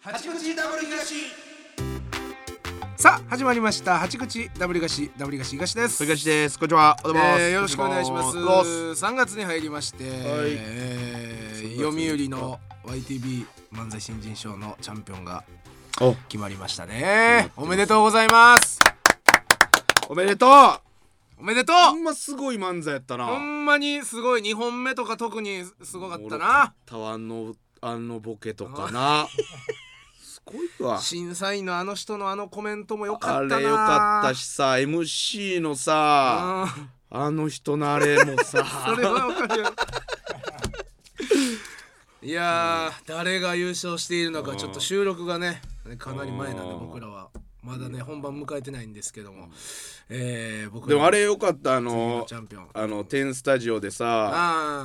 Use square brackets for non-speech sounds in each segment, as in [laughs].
八口ダブル東さあ始まりました八口ダブリガシダブリガシ東です古口ですこんにちはおはようございます、えーよろしくお願いしますおはようございます3月に入りまして、いえー3月読売の YTB 漫才新人賞のチャンピオンがお決まりましたねおめでとうございますおめでとうあおめでとんますごい漫才やったうなほんまにすごい2本目とか特にすごかったなタワンのあのボケと [laughs] かなすごいわ審査員のあの人のあのコメントもよかあったなれよかったしさ MC のさうんあの人のあれもさ [laughs] [laughs] それはわかるよいやー、誰が優勝しているのかちょっと収録がねかなり前なんでうん僕らはまだね本番迎えてないんですけども、えー、僕でもあれれよかったあのチャンピオンあのテンスタジオでさ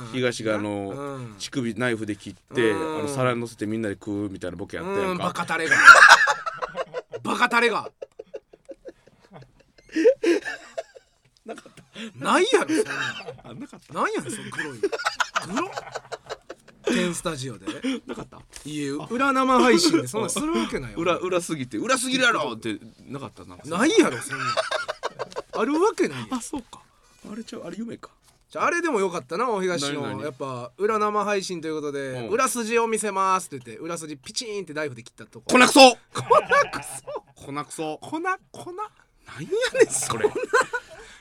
あー東があの、うん乳首ナイフで切ってあうんの皿に乗せてみんなで食うみたいなボケやったやうんんかバカタレ [laughs] がバカタレがないやろそんなあなかったなんやねんその黒い黒っ天スタジオでなかったいや裏生配信でそんなんするわけないよ裏裏すぎて裏すぎるやろってなかったなないやろそんなんあるわけないやんあそうかあれちゃうあれ夢かじゃああれでもよかったな大東何何のやっぱ裏生配信ということでうん裏筋を見せますって言って裏筋ピチーンってナイフで切ったとこ粉くそ粉くそ粉くそ粉粉なんやねんそれ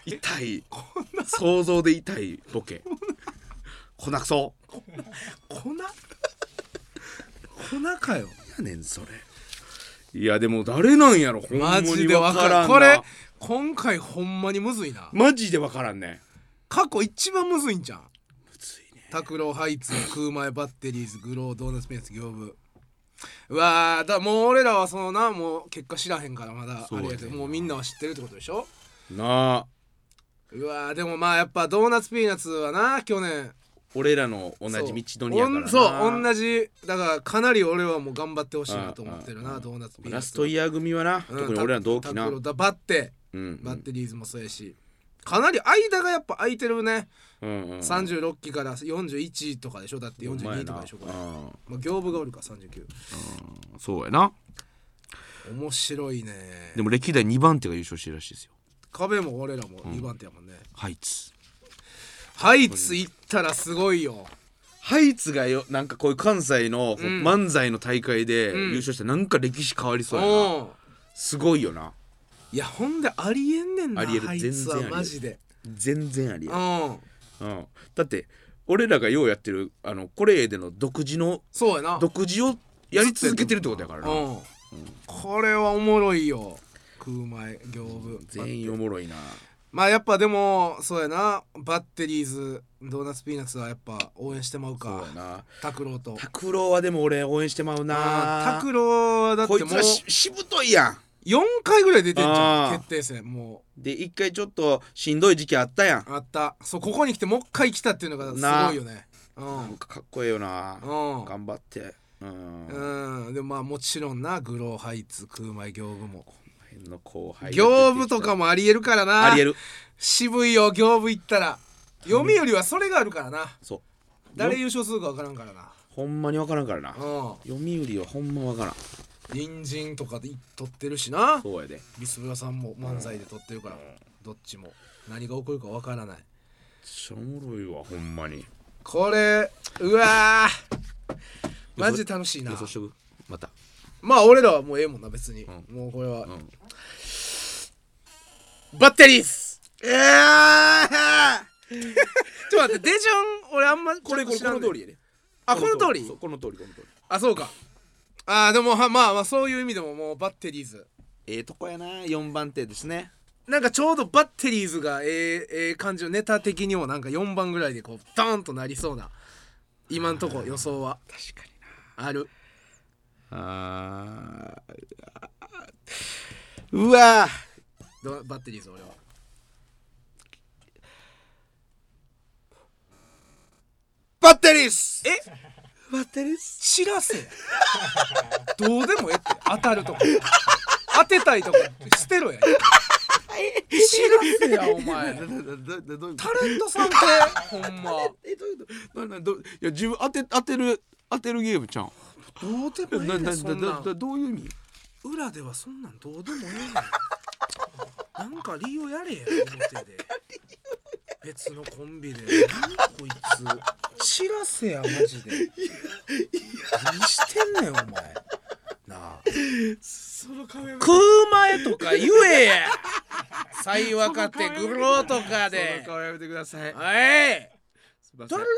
痛い想像で痛いボケ粉くそ粉粉かよなんやねんそれいやでも誰なんやろほんまマにジでわ分からかんなるこれ今回ほんまにむずいなマジで分からんね過去一番むずいんじゃんむずいね拓郎ハイツ空前バッテリーズグロードーナツペース業務うわーだもう俺らはそのなもう結果知らへんからまだそあうやねれやけどもうみんなは知ってるってことでしょなあうわーでもまあやっぱドーナツピーナッツはな去年俺らの同じ道のりやからなそうおんそう同じだからかなり俺はもう頑張ってほしいなと思ってるうんうんなうんドーナツピーナッラツストイヤー組はな、うん特に俺らの同期な、拓うん郎だバッテうん、バッテリーズもそうやしかなり間がやっぱ空いてるねうんうん、 36期から41とかでしょだってほんまや42なとかでしょこれうんまあ、業務がおるか39うんそうやな面白いねでも歴代2番手が優勝してるらしいですよ壁も俺らも2番手やもんね、ハイツハイツ行ったらすごいよハイツがよなんかこういう関西のこううん漫才の大会でん優勝してなんか歴史変わりそうやな、うんすごいよないやほんでありえんねんなありえるハイツ全は然ありえるマジで全然ありえうる、んうん、だって俺らがようやってるあのこれでの独自のそうやな独自をやり続けてるってことやからう、なんこれはおもろいよ空前行部全員おもろいなまあやっぱでもそうやなバッテリーズドーナツピーナッツはやっぱ応援してまうそうかやな拓郎と拓郎はでも俺応援してまうあなー拓郎はだってこもいつらしうしぶといやん4回ぐらい出てんじゃあんー決定戦もうで一回ちょっとしんどい時期あったやんあったそうここに来てもう一回来たっていうのがすごいよねうなんんかかっこええよなうん頑張ってうんうんでもまあもちろんなグローハイツ空前行部も変の後輩行部とかももありえるからなありえる渋いよ行部行ったら読みよりはそれがあるからなそう誰よ優勝するか分からんからなほんまに分からんからなうん読売はほんま分からん隣人とかで取ってるしなそうやでビスブラさんも漫才で取ってるからどっちも何が起こるか分からないしょもろいわほんまにこれうわーマジ楽しいな予想しとくまたまあ俺らはもうええもんな別に、んもうこれは、んバッテリーズええちょっと待って手順俺あんまこれこれ知らこんのねん通りやであこの通りそうこの通りこの通りあそうかあーでもはまあまあそういう意味でももうバッテリーズええとこやな四番手ですねなんかちょうどバッテリーズがええええ感じのネタ的にもなんか4番ぐらいでこうドーンとなりそうな今んとこ予想は確かにあるなあーあーうわーどバッテリーズ俺はバッテリーズえバッテリーズ知らせどうでもええって当たるとこ当てたいとこ捨てろや知らせやお前ななななどういうことタレントさんってほんまえどういうことななどいや自分当て当てる当てるゲームちゃうんどうでもなええねなんそんななんなどういう意味裏ではそんなんどうでもええねんなんか理由やれや表で別のコンビでなんかこいつ知らせやマジで何してんねんお前なあそのカメ食う前とか言えや最若手グローとかで顔やめてくださいはいすいません誰が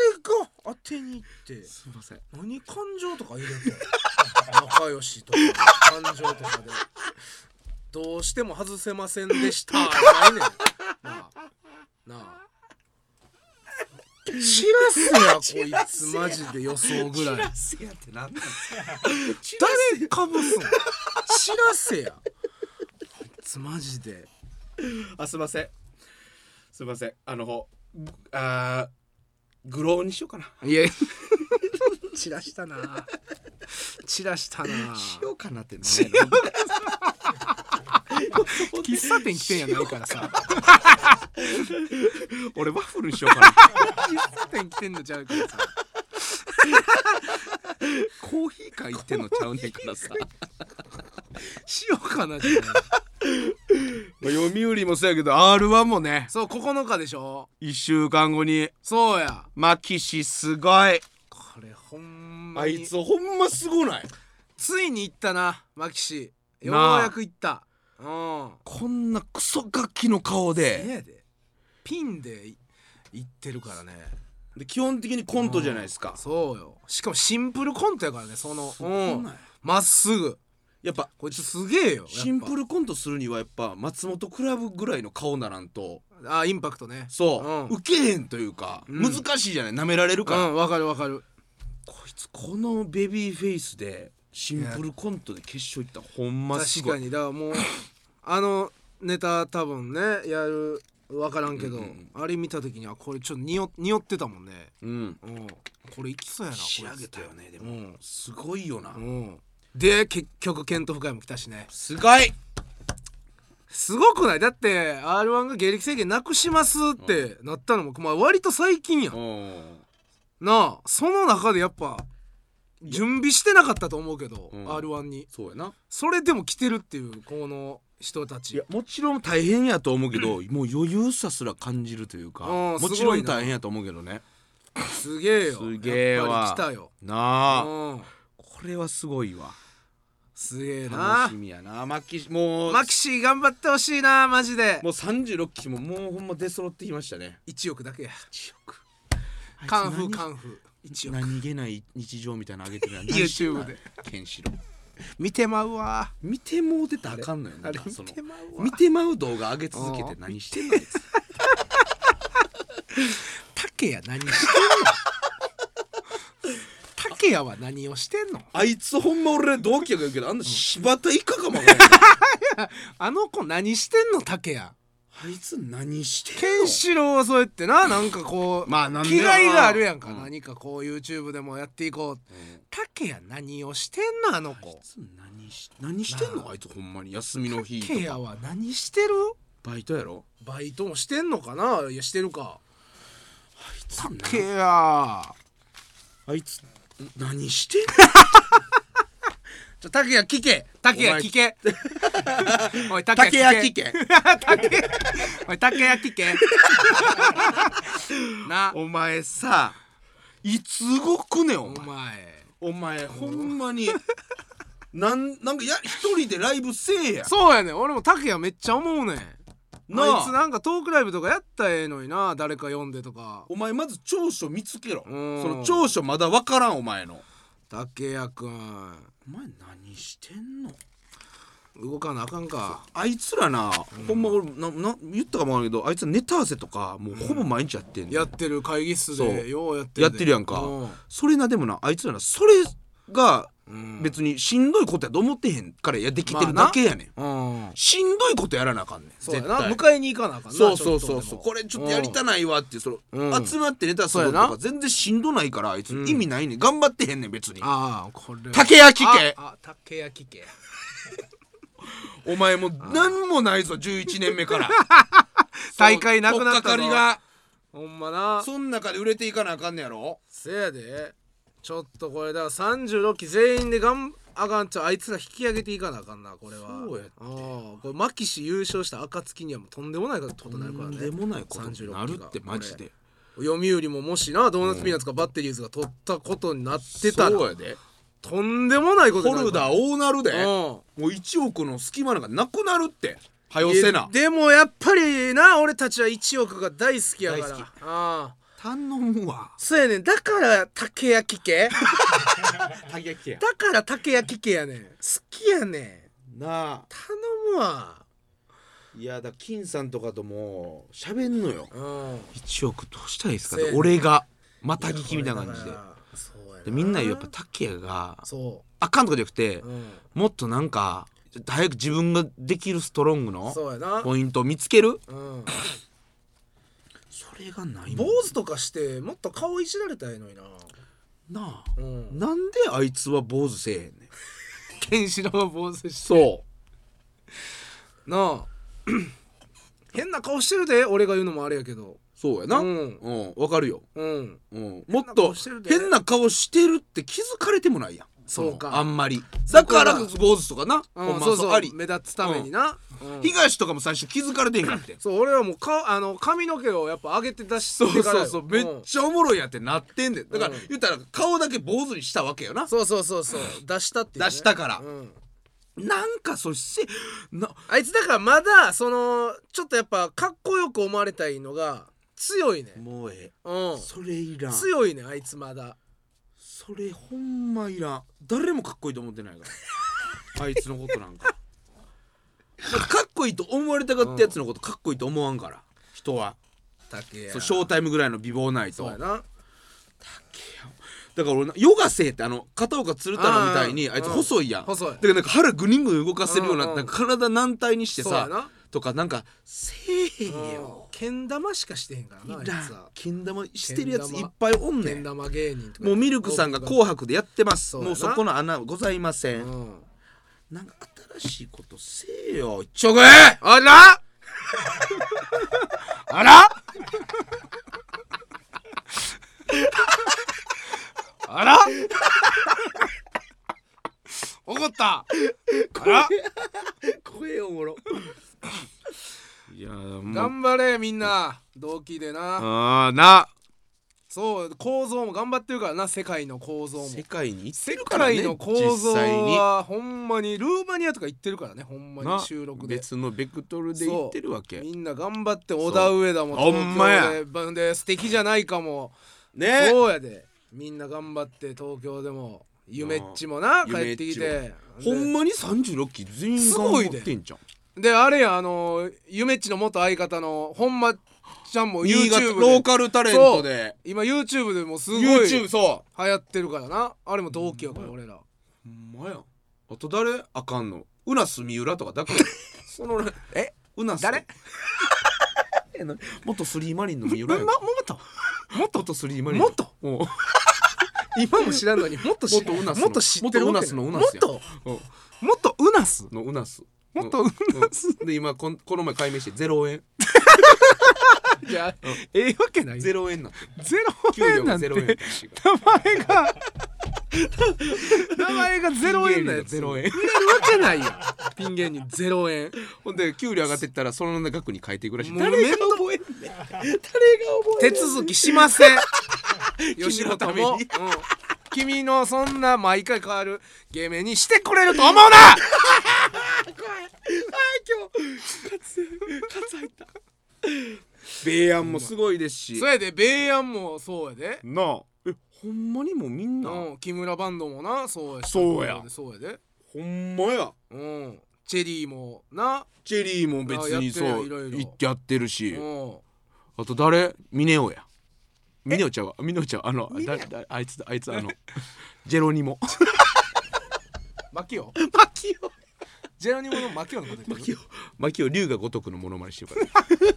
当てに行ってすいません何感情とか入れて [laughs] 仲良しとか感情とかでどうしても外せませんでしたないねんなあなあ知らすやこいつマジで予想ぐらいせやってなんなんですか誰かぶすん知らせやこいつマジであすいませんすいませんあのぐあーグローにしようかないや散らしたな散らしたなしようかなってね喫茶店来てんやないからさ俺ワッフルにしよう [laughs] かな喫茶店来てんのちゃうからさコーヒー会行ってんのちゃうねんからさしようかなじゃない読売もそうやけど R1 もねそう9日でしょ1週間後にそうやマキシすごいこれほんまあにいつほんますごないついに行ったなマキシよなあうやく行ったうんこんなクソガキの顔ねでえでピンでい行ってるからねで基本的にコントじゃないですかそうよしかもシンプルコントやからねそのごないうんまっすぐやっぱこいつすげえよやっぱシンプルコントするにはやっぱ松本クラブぐらいの顔ならんとあインパクトねそう、うん受けへんというか、うん難しいじゃない舐められるうから、んわかるわかるこいつこのベビーフェイスでシンプルコントで決勝行ったらほんます確ごかいにだからもうあのネタ多分ねやる分からんけど、うんうんあれ見た時にはこれちょっとにお匂ってたもんねうんうんこれいきそうやな仕上げたよねでも、うんすごいよな、うんで結局ケント深いも来たしねすごいすごくないだって r 1が芸歴制限なくしますってなったのも、まあ、割と最近やんうんなあその中でやっぱ準備してなかったと思うけど、うん r 1にそうやなそれでも来てるっていうこの人たいちやもちろん大変やと思うけど、もう余裕さすら感じるというかうんもすごいなちろん大変やと思うけどねすげえよすげえわやっぱり来たよなあ、うんこれはすごいわすげえ楽なしみやなマキシもうマキシー頑張ってほしいなマジでもう36期ももうほんま出揃ってきましたね1億だけや1億カンフーカンフー1億何気ない日常みたいなの上げてる [laughs] やん YouTube でケンシロウ見てまうわ見てもうてたらあかんのよあなんれかそ見のてまうわ見てまう動画上げ続けて何してんの竹谷何してんの竹谷は何をしてんの [laughs] あいつほんま俺ら同期やけどあんな柴田以下かもわからんあの子何してんの竹谷あいつ何してんケのンシロウはそうやってななんかこう、まあなんで気概があるやんか、うん何かこう YouTube でもやっていこううん竹谷何をしてんのあのあい子つ何し何してんのあいつほんまに休みの日竹谷は何してるバイトやろバイトもしてんのかないやしてるかあいつな竹谷あいつ何してんのちょ、竹谷聞け竹谷聞けおい、 [laughs] 竹竹谷聞け谷聞けおい、竹谷聞 [laughs] けな、お前さいつ動くねんおお前前。お前ほんま [laughs] になんなんかや一人でライブせえやそうやねん俺も竹谷めっちゃ思うねん。なああいつなんかトークライブとかやったらええのにな、誰か読んでとか。お前まず長所見つけろそうんの長所まだ分からんお前の竹谷くん、お前何してんの動かなあかんか。あいつらな、ほんま俺なな言ったかもわからんけどあいつらネタ合わせとかもうほぼ毎日やってんねんやってる会議室そうで、ようやってるで。やってるやんかうんそれなでもなあいつらなそれがうん。別にしんどいことやと思ってへんからやできてるまあなだけやねん、うん。しんどいことやらなあかんねんそうや絶な、対迎えに行かなあかんな。そうそうちょっそとうでそうもこれちょっとやりたうんないわってその、うん集まってネタするとそうやなか全然しんどないからあいつうん意味ないねん頑張ってへんねん別にああ、これは。竹谷聞けあ、あ竹谷聞け。お前もう何もないぞ11年目から [laughs] 大会なくなったぞそう取っかかりがほんまな。そん中で売れていかなあかんねやろせやで。ちょっとこれだから36期全員でがんあかんちょあいつら引き上げていかなあかんなこれはそうやってああこれ牧師優勝した暁にはもうとんでもないこととになるからんねでもないことに36なるってマジで読売ももしなドーナツピーナッツかバッテリーズが取ったことになってたらそうやでとんでもないことホになルるからダー大なるでうんもう1億の隙間なんかなくなるってはよせいやなでもやっぱりな俺たちは一億が大好きやから大好きああ頼むわそうやねんだから竹焼き [laughs] 家たき焼きやだから竹焼き家やねん好きやねんなあ頼むわいやだ金さんとかともう喋んのようん1億どうしたらいいですかせやねね俺がまた聞きみたいな感じでだからそうやでみんなやっぱ竹谷がそあかんとかじゃなくてう、うん、もっとなんかちょっと早く自分ができるストロングのそうやなポイントを見つけるうんそれがない坊もん主とかしてもっと顔いじられたらいいのにななあうんなんであいつは坊主せえへん [laughs] ねんケンシロウが坊主しそうなあ [clears throat] 変な顔してるで俺が言うのもあれやけどそうやなううんんわかるようんうん、もっ変なと顔してるで変な顔してるって気づかれてもないやんそうのかあんまりそだこがから坊主とかな、うほんん、まそうそうあり目立つためにな、うん東とかも最初気づかれてへんかってそう俺はもうかあの髪の毛をやっぱ上げて出しそてうからそようそうめっちゃおもろいやんってなってんでだからうん言ったら顔だけ坊主にしたわけよなうんそうそうそうそう出したっていう、ね、出したからうんなんかそしてなあいつだからまだそのちょっとやっぱかっこよく思われたいのが強いねもうえうんえそれいらん強いねあいつまだそれほんまいらん誰もかっこいいと思ってないから [laughs] あいつのことなんかだってかっこいいと思われたかったやつのことかっこいいと思わんから人は竹そうショータイムぐらいの美貌ないとそうやなだから俺なヨガせってあの片岡鶴太郎みたいにあーあいつ細いやん、うん細いだからなんか腹グニングニ動かせるような,、うんうんなんか体軟体にしてそうやさなとかなんかせえへんよけん玉しかしてへんからなあいいつらはんけん玉してるやついっぱいおんねけんん玉芸人とかもうミルクさんが「紅白」でやってますそうやなもうそこの穴ございません、うんなんか新しいことせえよ一丁ぐあ [laughs] らあらあら怒ったあら声おもろいやーもう頑張れみんな同期でなあーなそう構造も頑張ってるからな世界の構造も世界に行って世るからね界の構造実際にはほんまにルーマニアとか行ってるからねほんまなに収録で別のベクトルで行ってるわけみんな頑張って小田上田もそうほんまや東京でで素敵じゃないかもねそうやでみんな頑張って東京でも夢っちもななあ帰ってき夢てほんでまに36期全員頑張ってんじゃんであれやあの夢っちの元相方の本間ちゃんも新潟 YouTube ローでカルタレントで今 YouTube でもすごい YouTube そう流行ってるからなあれも同期やから俺らほんまやんあと誰あかんのうなすみうらと [laughs] かだからそのえうなす誰 [laughs] えな元スリーマリンの三浦やんまもっと元とスリーマリン元うん今も知らんのにもっと知元うなすのもっと知ってるわけない元うなすのうもなっすやんともっとうなすのう元なすうなす、うんで今こんこの前解明して0円じゃあええわけないゼ0円なってロ給円料ながんて0円名前が名前がゼロ円のやつピン芸人がゼロ円売れるわけないやんピン芸人ゼロ円ほんで給料上がってったらその額に変えていくらしいもう誰が面倒覚えんねん誰が覚え手んねん続きしませ [laughs] ん吉君の本ためにも、うん、君のそんな毎回変わる芸名にしてくれると思うな米安もすごいですしそやで米安もそうやで、なあえほんまにもうみんなうん、木村バンドもなそうやしそうやそうやでほんまやうんチェリーもなチェリーも別にそあやってるういろいろいやってるしうんあと誰ミネオやミネオちゃうわミネオちゃうあのだだあいつあいつあのジェロニモマキオ [laughs] マキオジェロニモのマキオのこと言ってるマキオ龍が如くのモノマネしてるから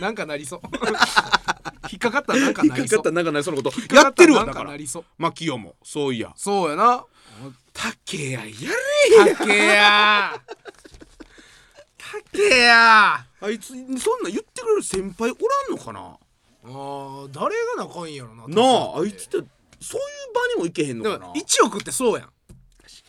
なんかなりそう引っかかったらなんかなりそうた [laughs] なんかないそのこと引やってるっわかかったらなんかだかならりそうマキオもそういやそうやな竹ややれ竹や竹やあいつそんなん言ってくれる先輩おらんのかなあー誰が仲いいんやろななああいつってそういう場にも行けへんのでかもな1億ってそうやん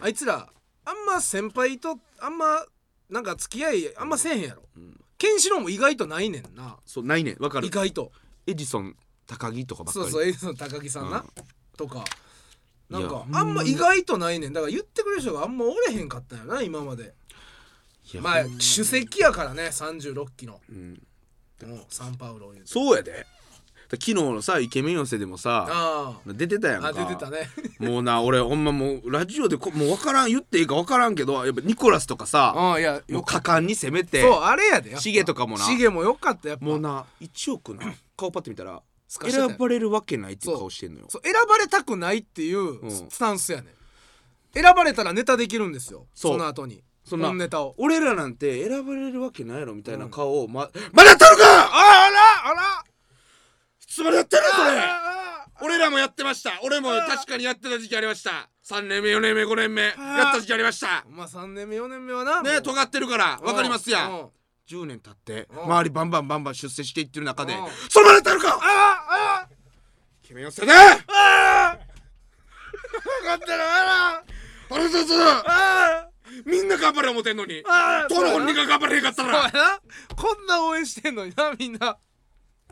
あいつらあんま先輩とあんまなんか付き合いあんませえへんやろ、んケンシロウも意外とないねんなそうないねんわかる意外とエジソン高木とかばっかそりうそうエイズの高木さんな、うんとかなんいやかほんまあんま意外とないねんだから言ってくれる人があんまおれへんかったよな今までいやまあほん主席やからね36期の、うんうんサンパウロを言うてそうやでだ昨日のさイケメン寄せでもさあ出てたやあんかあ出てたねもうな俺ほんまもうラジオでこもう分からん言っていいか分からんけどやっぱニコラスとか [laughs] さあいやもようかっ果敢に攻めたてそうあれやでシゲとかもなシゲもよかったやっぱもうな1億な顔パッて見たらすかしてたよ選ばれるわけないっていう顔してんのよそう選ばれたくないっていううんスタンスやね、ん、選ばれたらネタできるんですよそうその後にそんな本ネタを俺らなんて選ばれるわけないやろみたいな顔をままだやったのかあらあらいつまでやってるそあれら俺らもやってました俺も確かにやってた時期ありました3年目4年目5年目やった時期ありましたまあ3年目4年目はなもねう尖ってるからわかりますやうんん10年経ってうん周りバンバンバンバン出世していってる中でうんそれまでやってるあかあ決めよせだああ分かってるああれだぞらあみんな頑張れ思てんのにああ当の本人が頑張れへんかったそうやならこんな応援してんのになみんな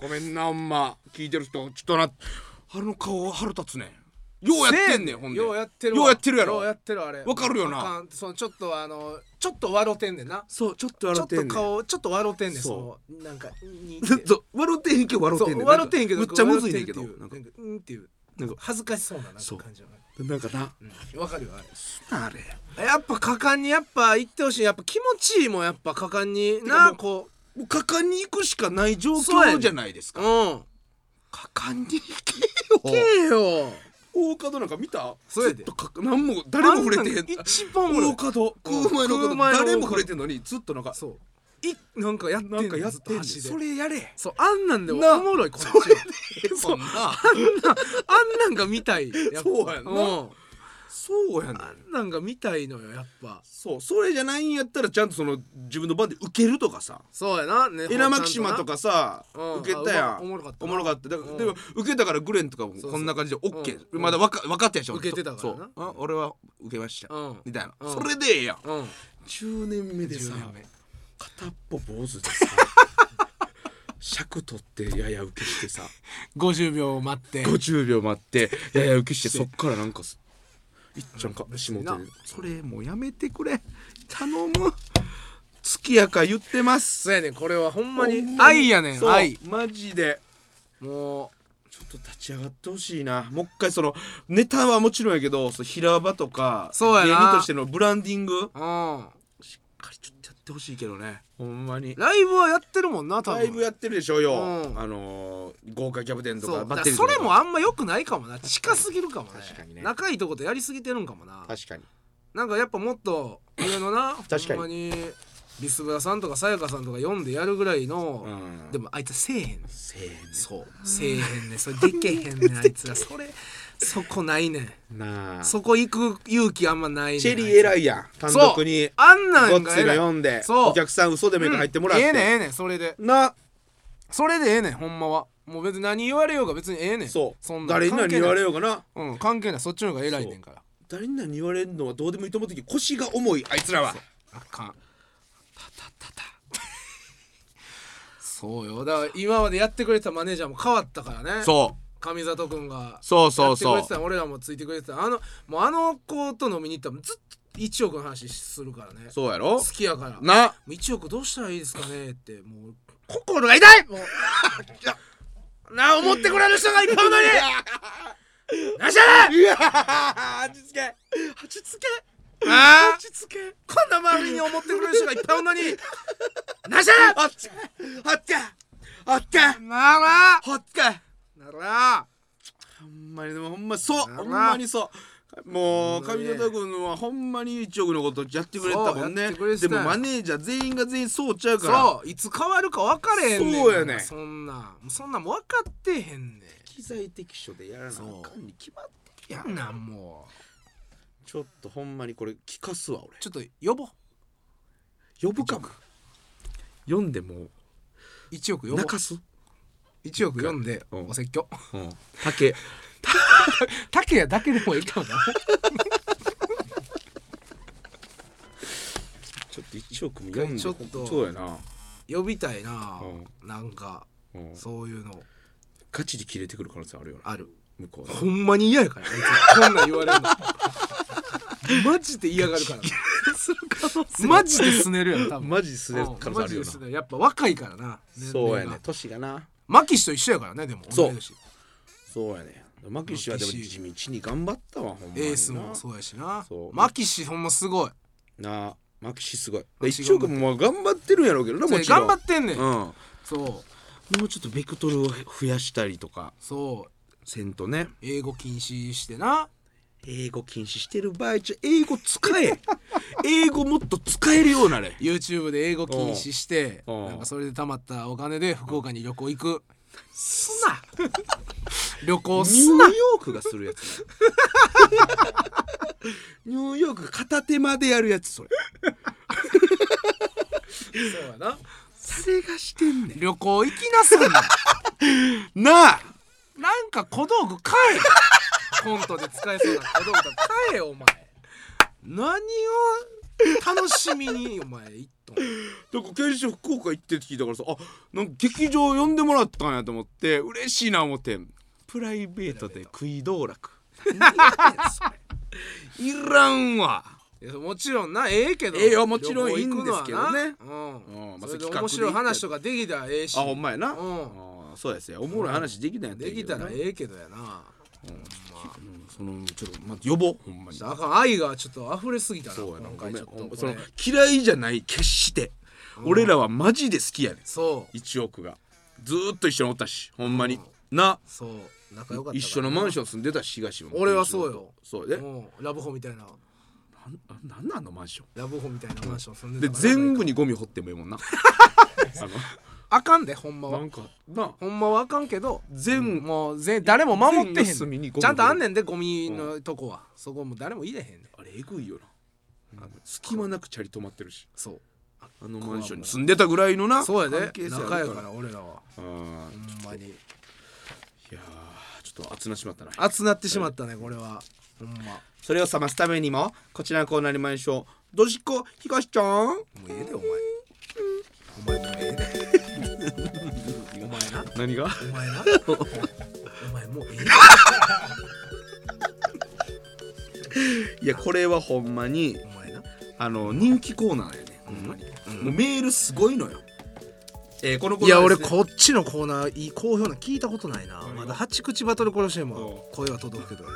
ごめんなほんま聞いてる人ちょっとなあの顔腹立つねようやってんねんほんでようやってるわようやってるやようやろってるあれわかるよなあかんそのちょっとあのちょっと笑てんねんなそうちょっとちょっと顔 [laughs] 顔ちょっと笑てんねんそそのなんかにずっと笑ってへんけど笑ってそんねうん笑てんけどむっちゃむずいねんけど笑ってなんんっかていうなんかうんっていうなんか恥ずかしそうななんかそう感じのねなんかなうんわかるよあれあれやっぱ果敢にやっぱ行ってほしいやっぱ気持ちいいもんやっぱ果敢にてかもなうこもう果敢に行くしかない状そうやね況んじゃないですうかうん果敢に行行けよけよ大門なんか見たそうやでずっとか何も誰も触れてへん一番俺大門空前の空こと前の誰も触れてんのにずっとなんかそういなんかやってんなんかやってんずしとそ箸でれやれそうあんなんでもなおもろいこっちそんなあんなんが見たいっぱそうやんなうんそうやねんあんなんが見たいのよやっぱそうそれじゃないんやったらちゃんとその自分の番で受けるとかさそうやなねエナマキシマとかさうん受けたやあんおもろかったおもろかっただからうんでも受けたからグレンとかもそうこんな感じでオッケーうんまだ若若手やし俺受けてたからなそうあ俺は受けましたうんみたいなうんそれでええやんうん10年目で10さ年目片っぽ坊主 [laughs] でさ尺取ってやや受けしてさ50秒待って50秒待ってやや受けしてそっからなんかすいっちゃんか下手になでそれもうやめてくれ頼む月やか言ってますそうやねんこれはほんまにほんまに愛やねんそう愛マジでもちょっと立ち上がってほしいなもう一回そのネタはもちろんやけどその平場とかそうやな芸人としてのブランディングううんしっかりちょっとやってほしいけどねほんまにライブはやってるもんな多分だいぶやってるでしょうよ、うんあのー豪華キャプテンとそかうだからリーそとかれもあんま良くないかもな近すぎるかもね確かにね仲いいとことやりすぎてるんかもな確かになんかやっぱもっと上のな確かにほんまにビスブラさんとかさやかさんとか読んでやるぐらいの、うんでもあいつせえへんせーそうせえへんねそれでけへんねあい [laughs] つらそれそこないねんのなあそこ行く勇気あんまないねんチェリーあい偉いやん単つ独にそうあんなごっんがついの偉い読んでそうお客さん嘘でもいいから入ってもらって、うんええねんええねんそれでなそれでええねんほんまはもう別に何言われようが別にええねんそうんな誰に何言われよようかなううん関係ないそっちの方が偉いねんから誰に何言われるのはどうでもいいと思ってき腰が重いあいつらはあかんそうよだから今までやってくれてたマネージャーも変わったからねそう上里くんがそうやそうってくそれうてた俺らもついてくれてたあのもうあの子と飲みに行ったらずっと1億の話するからねそうや好ろきやからもなう1億どうしたらいいですかねってもう心が [laughs] 痛いもうなあ思ってくれる人がいっぱいおるのになしゃれうわちつけちつけあちつけーこんな周りに思ってくれる人がいっぱいおんのになしゃれあっちあっちあっちならほっかならほんまにでもほんまそうならほんまにそうもうほんまに上方君はほんまに一億のことやってくれてたもんそうやっねてくれてたでもマネージャー全員が全員そうちゃうからそういつ変わるか分かれへんねんそうやねんそんなんもうそんなんもう分かってへんね機材適所でやらなあそうかんに決まってるやんんなんもちょっとほんまにこれ聞かすわ俺うちょっと呼ぼう呼ぶかも読んでも1億う呼ぼう泣かす1億読んでうんお説教 [laughs] うん竹竹谷だけでもいいかもな [laughs] ちょっと一億も読んでちょっとそうやな、呼びたいな、うなんかうん、そういうのガチで切れてくる可能性あるよなある向こうはほんまに嫌やからあいつこんなん言われ [laughs] るのマジで嫌がるからなマジで拗ねるやん多分 [laughs] マジすねる可能性あマるジよでなすねやっぱ若いからなそうや年齢ねが年がなマキシと一緒やからねでもそう同い年そうやねマキシはでも地道に頑張ったわほんまにエなースもそうやしなそうマキシほんますごいなあマキシすごいマキシ一億もまあ頑張ってるんやろうけどなもちろ頑ん張ってんねんうんそうもうちょっとベクトルを増やしたりとかそうせんとね英語禁止してな英語禁止してる場合じゃ英語使え英語もっと使えるようになれ YouTube で英語禁止しておうおうなんかそれで貯まったお金で福岡に旅行行くすな旅行ニすューなヨークがするやつニューヨークが片手間でやるやつそれそうやな誰がしてんね旅行行きなさいなんなあなんか小道具買えコントで使えそうな小道具だ買えよお前何を楽しみにお前行っとんだから研修福岡行ってって聞いたからさあなんか劇場呼んでもらったんやと思って嬉しいな思ってプライベートで食い道楽 [laughs] いらんわいやもちろんなええけどええよもちろん旅行行くのはいいんですけどねなううんんまそあれで企画で行ったり面白い話とかできたらええしあほんまやな、うんあそうですよおもろい話できたんやったでらいいけきどたならええけどやなうんそのちょっとま呼ぼうほんまにちょっとあかん愛がちょっと溢れすぎたなそうやな今回ちょっごめんとそそのれ嫌いじゃない決して、俺らはマジで好きやねんそう1億がずーっと一緒におったしほんまに、なそう仲良かった一緒のマンションョン住んでたし東も俺はそうよそうで、うんラブホみたいななんなんなんあのマンションラブホみたいなマンション住んででたから全部にゴミ掘ってもいい [laughs] もんなああかんでほんまのはなんかなほんまはあかんけど全もう全誰も守ってへ全ん隅ねにんゴミちゃんとあんねんでゴミのとこはそこも誰も入れへんねんあれえぐいよなあの隙間なくチャリ止まってるしそうあのマンションに住んでたぐらいのなそうや関係で性ある仲やから俺らはうんほんまにいやーちょっと熱なしまったな熱なってしまったねこれはほんまそれを冷ますためにもこちらのコーナーに参りましょうどじっこ東ちゃんもうええでお前お前もうえ [laughs] えでお前な何がお前なお前もうええいやこれはほんまにお前なあの人気コーナーやねほんまに、もうメールすごいのよえーこのコいーナやー俺ですねこっちのコーナーいい好評な聞いたことないなまだ八口バトルコロシアムは声は届くけど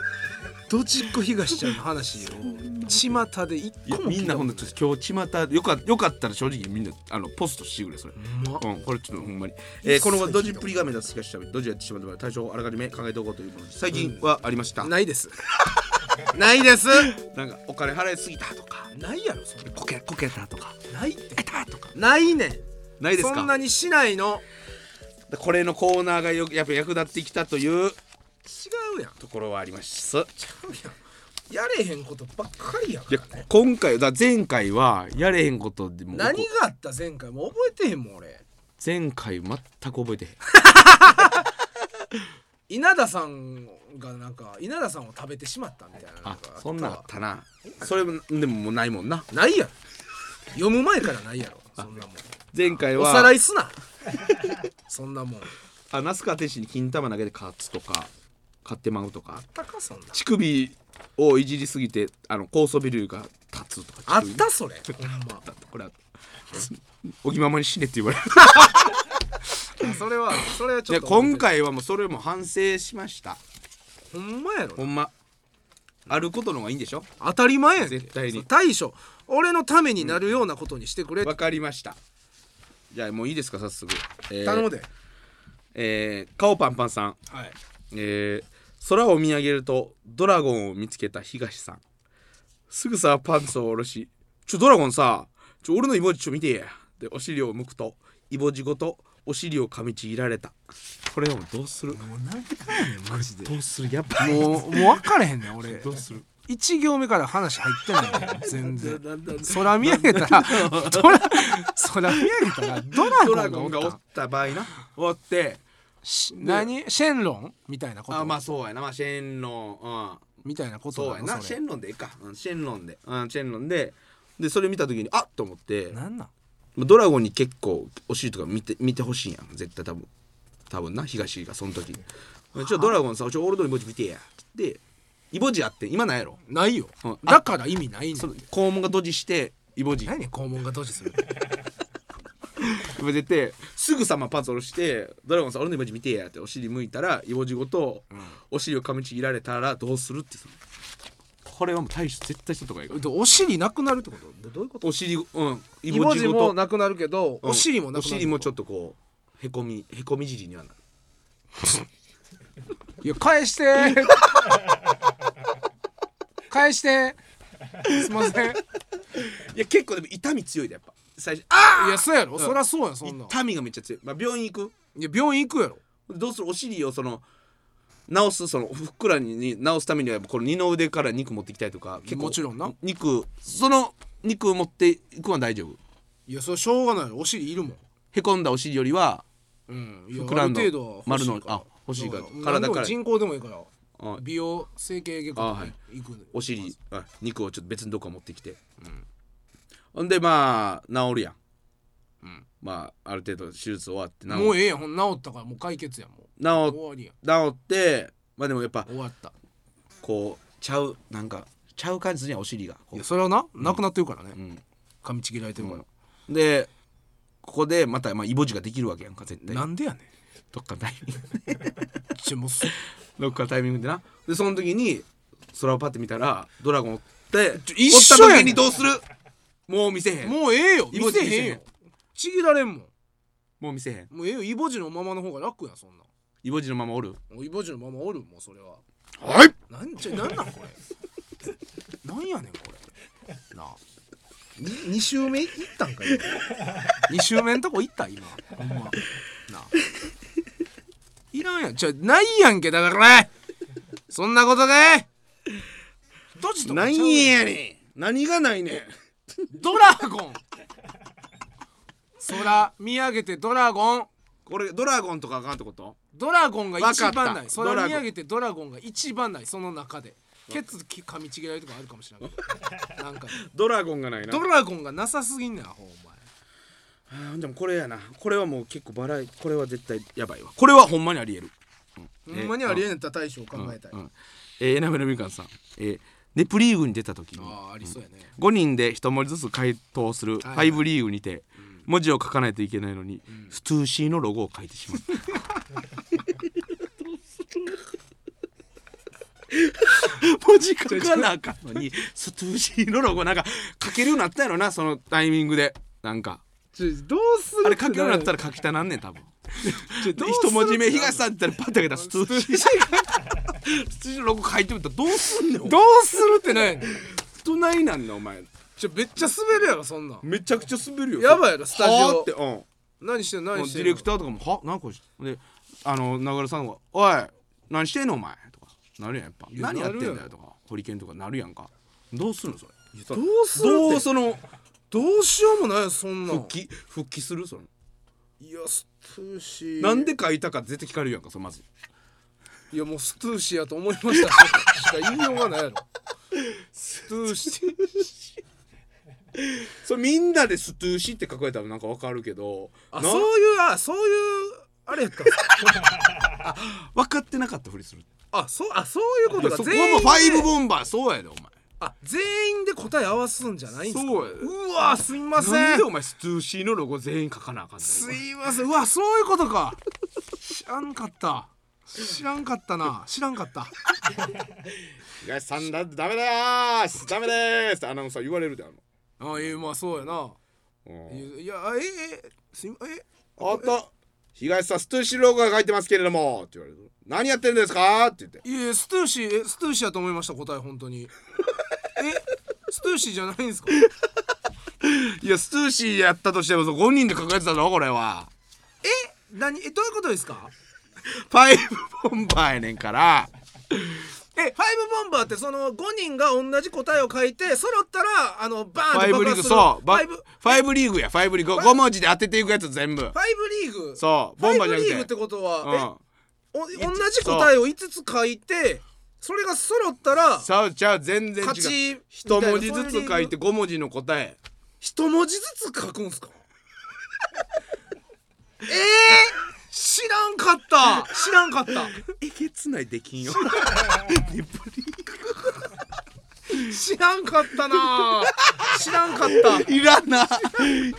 どちっこ東ちゃんの話を巷で一いや個もみんなほんととちょっと今日巷でよかよかったら正直みんなあのポストしてくれそれ。うん、これちょっとほんまに、えー、この後ドジっぷりが目指すしかしゃべドジやってしまっても対象をあらかじめ考えておこうというものです最近はありました、なないですないですんかお金払いすぎたとかないやろそれこけこけたとかないってえたとかないねんないですかそんなにしないのこれのコーナーがよやっぱ役立ってきたという違うやんところはありますいやんやれへんことばっかりやかやらね今回だ前回はやれへんことでも何があった前回もう覚えてへんもん俺前回全く覚えてへん稲田さんがなんか稲田さんを食べてしまったみたいなあのがそんなんあったなそれもでももうないもんなないやろ読む前からないやろそんなもん前回おはさらいすな [laughs] そんなもんあ那須川天心に金玉投げて勝つとか買ってまうとかたかそんな乳首をいじりすぎてあの高層ビルが立つとかあっ乳首たそれほんまあった [laughs] これあったおぎままに死ねって言われるそれはそれはちいょやっと思って今回はもうそれも反省しましたほんまやろほんまあることの方がいいんでしょ当たり前やんけ絶対にそう大将俺のためになるようなことにしてくれ、わかりましたじゃあもういいですか早速、えー頼むで、えー、顔パンパンさん、はいえー空を見上げるとドラゴンを見つけた東さんすぐさパンツを下ろし「ちょドラゴンさちょ俺のイボジちょ見てや」でお尻を向くとイボジごとお尻を噛みちぎられたこれをどうするもう何回ねマジでどうするやばい [laughs] もうもう分かれへんねん俺どうする一行目から話入ってないねん全然 [laughs] なんだ空見上げたら空空見上げたらドラドゴランがゴおンっがたおった場合なおってし何シェンロンみたいなことあまあそうやな、まあ、シェンロン、うん、みたいなことそうやなシそェれンロンでいいか、うん、シェンロンで、うん、シェンロンででそれ見た時にあっと思ってなんなんまあドラゴンに結構お尻とか見て見てほしいやん絶対多分多分な東がその時「ちょドラゴンさちょ俺のイボジ見てや」でイボジあって今なんやろないようんだから意味ないねそのん肛門が閉じしてイボジ何肛門が閉じする出てすぐさまパンツ下ろして「ドラゴンさ俺のイボジ見てや」ってお尻向いたらイボジごとお尻を噛みちぎられたらどうするってそのこれはもう対処絶対したとかいいから [laughs] でお尻なくなるってことどどういうことお尻うんイイボジごともなくなるけどうんお尻もなくなるお尻もちょっととこうへこみへこみ尻にはなるいや返して [laughs] 返してすいませんいいや結構でも痛み強いでやっぱ最初あやそうやろそりゃそうやんそんなん痛みがめっちゃ強い、まあ、病院行くいや病院行くやろどうするお尻をその治すそのふっくらにに治すためにはやっぱこの二の腕から肉持ってきたりとか結構もちろんな肉その肉を持っていくのは大丈夫いやそれしょうがないよお尻いるもんへこんだお尻よりはうんいや膨らんのある程度は欲しいから丸のあ欲しいからだら体から何でも人工でもいいからあ美容整形外科とあはかい行くお尻あ肉をちょっと別のとこ持ってきて、ほんでまあ治るやん、うんまあある程度手術終わって治もうええやんほん治ったからもう解決やんもう治終わりやん治ってまあでもやっぱ終わったこうちゃうなんかちゃう感じするやんお尻がこいうやそれはななくなってるからね、ん噛みちぎられてるから、でここでまた、まあ、イボジができるわけやんか絶対なんでやねんどっかのタイミングちょもう [laughs] すどっかのタイミングでなでその時に空をパッて見たらドラゴンおってちょ一緒おっやねたん時にどうするもう見せへんももうええよイ見ボジせへんよちぎられんもんう見せへんもうええよイボジのままの方が楽やんそんなイボジのままおるもうイボジのままおるもうそれははいなんちゃなんなんこれなんやねんこれなあに二周目行ったんか今二周目んとこ行った今ほんまなあいらんやんちゃないやんけだからそんなことかいどっちとかちゃう何やねん何がないねんドラゴン空見上げてドラゴンこれドラゴンとかあかんってことドラゴンが一わか番っなたいドラゴ空ン見上げてドラゴンが一番ないその中でケツき噛みちぎられるとかあるかもしれないけ [laughs] どなんかドラゴンがないなドラゴンがなさすぎんねんアホお前あーでもこれやなこれはもう結構バラエこれは絶対やばいわこれはほんまにありえるほんまにありえんやったら大将考えたい、うんえー、エナメルみかんさん、えーネプリーグに出た時にああありそうやね、 5人で一文字ずつ回答するフはいァイブリーグにて文字を書かないといけないのにストゥーシーのロゴを書いてし [laughs] まった文字書かなあかんのにストゥーシーのロゴなんか書けるようになったやろなそのタイミングでなんかどうすあれ書けるようになったらら書きたなんねん多分どうする一文字目東さんって言ったらパッて開けたらストゥーシーストゥーシーのロゴ書いてみたらどうすんねんお前どうするってないのどないなんねんお前ちょめっちゃ滑るやろそんなんめちゃくちゃ滑るよやばいやろスタジオはーってうんも何してんのうデ何してィんのレクターとかも「は何これ?」であの名倉さんが「おい何してんのお前」とかなるやんやっぱや何やってんだなるよやんとかホリケンとかなるやんかどうするのそれどうするってどうそのどうしようもないよそんなん復帰復帰するそのいやストゥーシーなんで書いたか絶対聞かれるやんかそれまずいやもうストゥーシーやと思いました [laughs] ししか言いようがないやろストゥーシーそれみんなで「ストゥーシー」って書かれたらなんかわかるけどあなそういうあそういうあれやったんですか分かってなかったふりするあそうあそういうこといかやそこ全員もファイでブボンバーそうやでお前あ全員で答え合わすんじゃないんですかそうやうわすいませなんんでお前ストゥーシーのロゴ全員書かなあかんのすいませんうわそういうことか知らんかった知らんかったな知らんかった東さんだってダメだよ [laughs] ーダメでーすってアナウンサー言われるであのあえまあそうやなうんいやあええすいまえあと東さんストゥーシーロゴが書いてますけれどもって言われる何やってるんですかって言っていやいやストゥーシーえストゥーシーやと思いました答え本当 [laughs] にえストゥーシーじゃないんですかいやストゥーシーやったとしても5人で抱えてたぞこれはえ何えどういうことですかファイブボンバーやねんからえファイブボンバーってその5人が同じ答えを書いて揃ったらあのバフーンァとイブ爆リー発グするそうばファフイブファイブリーグやファイブリーグ5文字で当てていくやつ全部ァイブリーグそうファボインバーブじリゃーグなっくててことは、うんえお同じ答えを5つ書いてそれが揃ったらさあちゃう全然違勝うちみたい一な文字ずつ書いて5文字の答え一文字ずつ書くんす [laughs] かえー、知らんかった知らんかったえげつないできんよ知らんかったな知らんかった [laughs] いらんな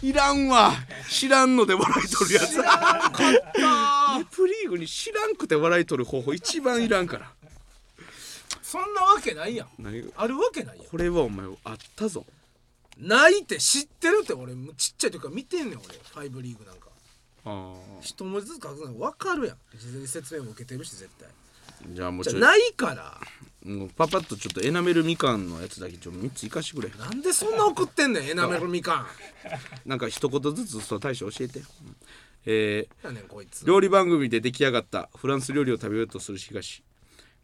いらんわ知らんので笑いとるやつ知らんかったネプリーグに知らんくて笑いとる方法一番いらんからそんなわけないやん何があるわけないやんこれはお前あったぞないって知ってるって俺ちっちゃい時から見てんねん俺ファイブリーグなんかあ一文字ずつ書くの分かるやん事前に説明も受けてるし絶対じゃあもうじゃちょあいないからもうパパッとちょっとエナメルみかんのやつだけちょっと3ついかしてくれなんでそんな送ってんねんエナメルみかんなんか一言ずつそう大将教えて、うんえーやねんこいつ料理番組で出来上がったフランス料理を食べようとする東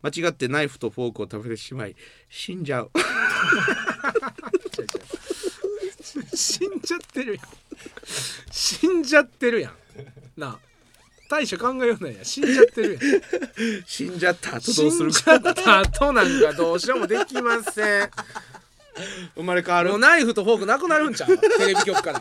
間違ってナイフとフォークを食べてしまい死んじゃう [laughs] 死んじゃってるやん死んじゃってるやんなあ大した考えようないやん死んじゃって [laughs] るやん死んじゃった後ど死うすんるじかゃった後なんかどうしようもできません [laughs] 生まれ変わるもうナイフとフォークなくなるんちゃうテレビ局 [laughs] から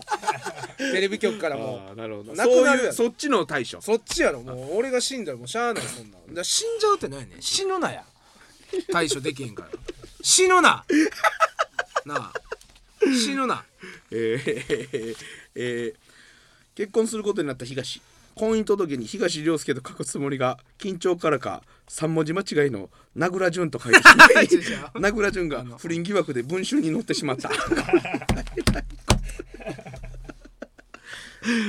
テレビ局からもあーなるほどなくなるそういやうんそっちの対処うそっちやろもう俺が死んだらもうしゃあないそんなのだから死んじゃうってないねん死ぬなや対処できへんから死ぬななあ死ぬなえーえー結婚することになった東婚姻届に東良介と書くつもりが緊張からか3文字間違いの「名倉潤」と書いてし [laughs] まい違う違う名倉潤が不倫疑惑で文春に載ってしまった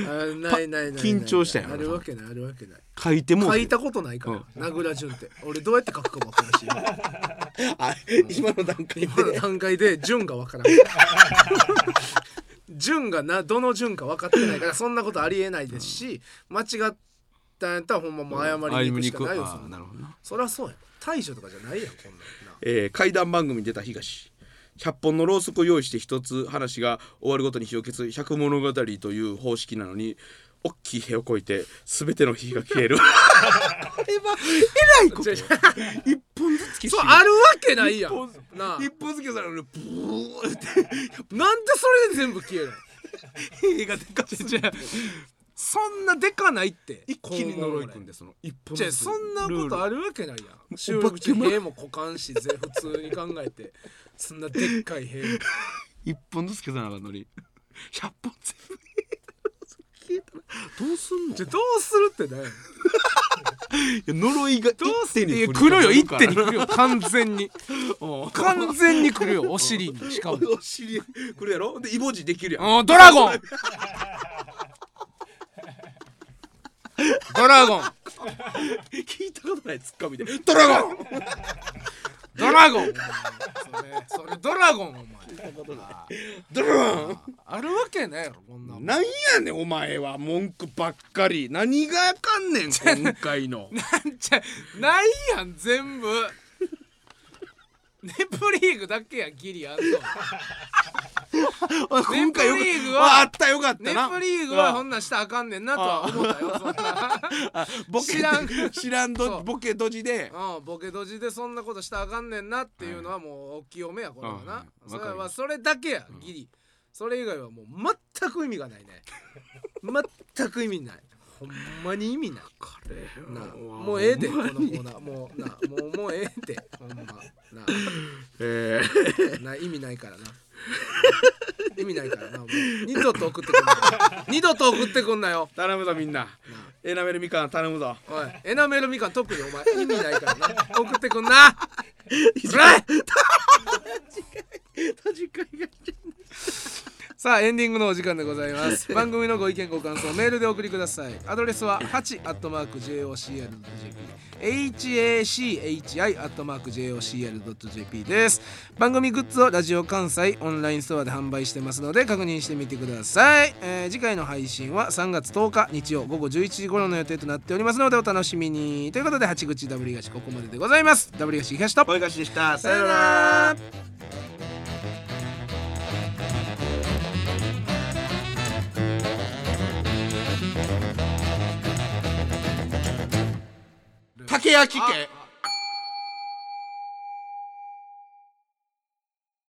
あないないないない緊張したやろあるわけないあるわけない書いてもう書ていたことないから、名倉潤って俺どうやって書くかも分 [laughs] からんしあ今の段階で今の段階で潤が分 [laughs] からん潤がなどの潤か分かってないからそんなことありえないですし、間違ったんやったらほんまもう謝りに行くしかないよ、あそんななるほどなそりゃそうや対処とかじゃないやんこんなんなえー怪談番組に出た東100本のろうそくを用意して1つ話が終わるごとに火を消す100物語という方式なのに大きい火をこいて全ての火が消えるあれはえらいこ違う違一本ずつ消うそしうてあるわけないやん一なあ一本ずつ消されるのにブーってなんでそれで全部消える火がでかすぎ違うてそんなでかないって一気に呪いくんでその一本じゃずあつそんなことあるわけないやん収お化録中けも塀も股間しぜ普通に考えてそんなでっかい [laughs] 塀も一本ずつ消さなあかんのに100本全部消えたらどうすんのじゃあどうするってねいや呪いがどうせいにや来るよ一手に来来るよ完全 [laughs] に完全に来るよ [laughs] お尻にしかもお尻来るやろでイボジできるやんうんドラ [laughs] ゴンドラゴン聞いたことないツッコミでドラゴンドラゴンお前それそれドラゴンお前ドラゴあるわけないやろこんなもンんなんやねんお前は文句ばっかり何があかんねん今回 [laughs] の [laughs] なんちゃないやん全部ネプリーグだけやんギリあんの今回よネプリーグかはああったよかっネたなプリーグはこうんんなんしたらあかんねんなとは思ったよそんな [laughs] あボケ知らん [laughs] 知らんそどうボケドジでうん、ボケドジでそんなことしたらあかんねんなっていうのはもうお清めやこれはな、うんそれわかりまはそれだけやギリ、それ以外はもう全く意味がないね全く意味ないほんまに意味ないなあもうええでこのコーナーもうなあもうもうええでほんまなえーあな意味ないからな意味ないからなもう二度と送ってくんなよ二度と送ってくんなよ頼むぞみんなエナメルみかん頼む [laughs] ぞおいエナメルみかん特にお前意味ないからな送ってくんなうらいさあエンディングのお時間でございます番組のご意見ご感想メールでお送りくださいアドレスは8 j o c r j p hachi.jocl.jp です番組グッズをラジオ関西オンラインストアで販売してますので確認してみてください、えー次回の配信は3月10日日曜午後11時頃の予定となっておりますのでお楽しみにということで八口ダブリガシここまででございますダブリガシ東と声貸しでしたささよよなならら竹焼家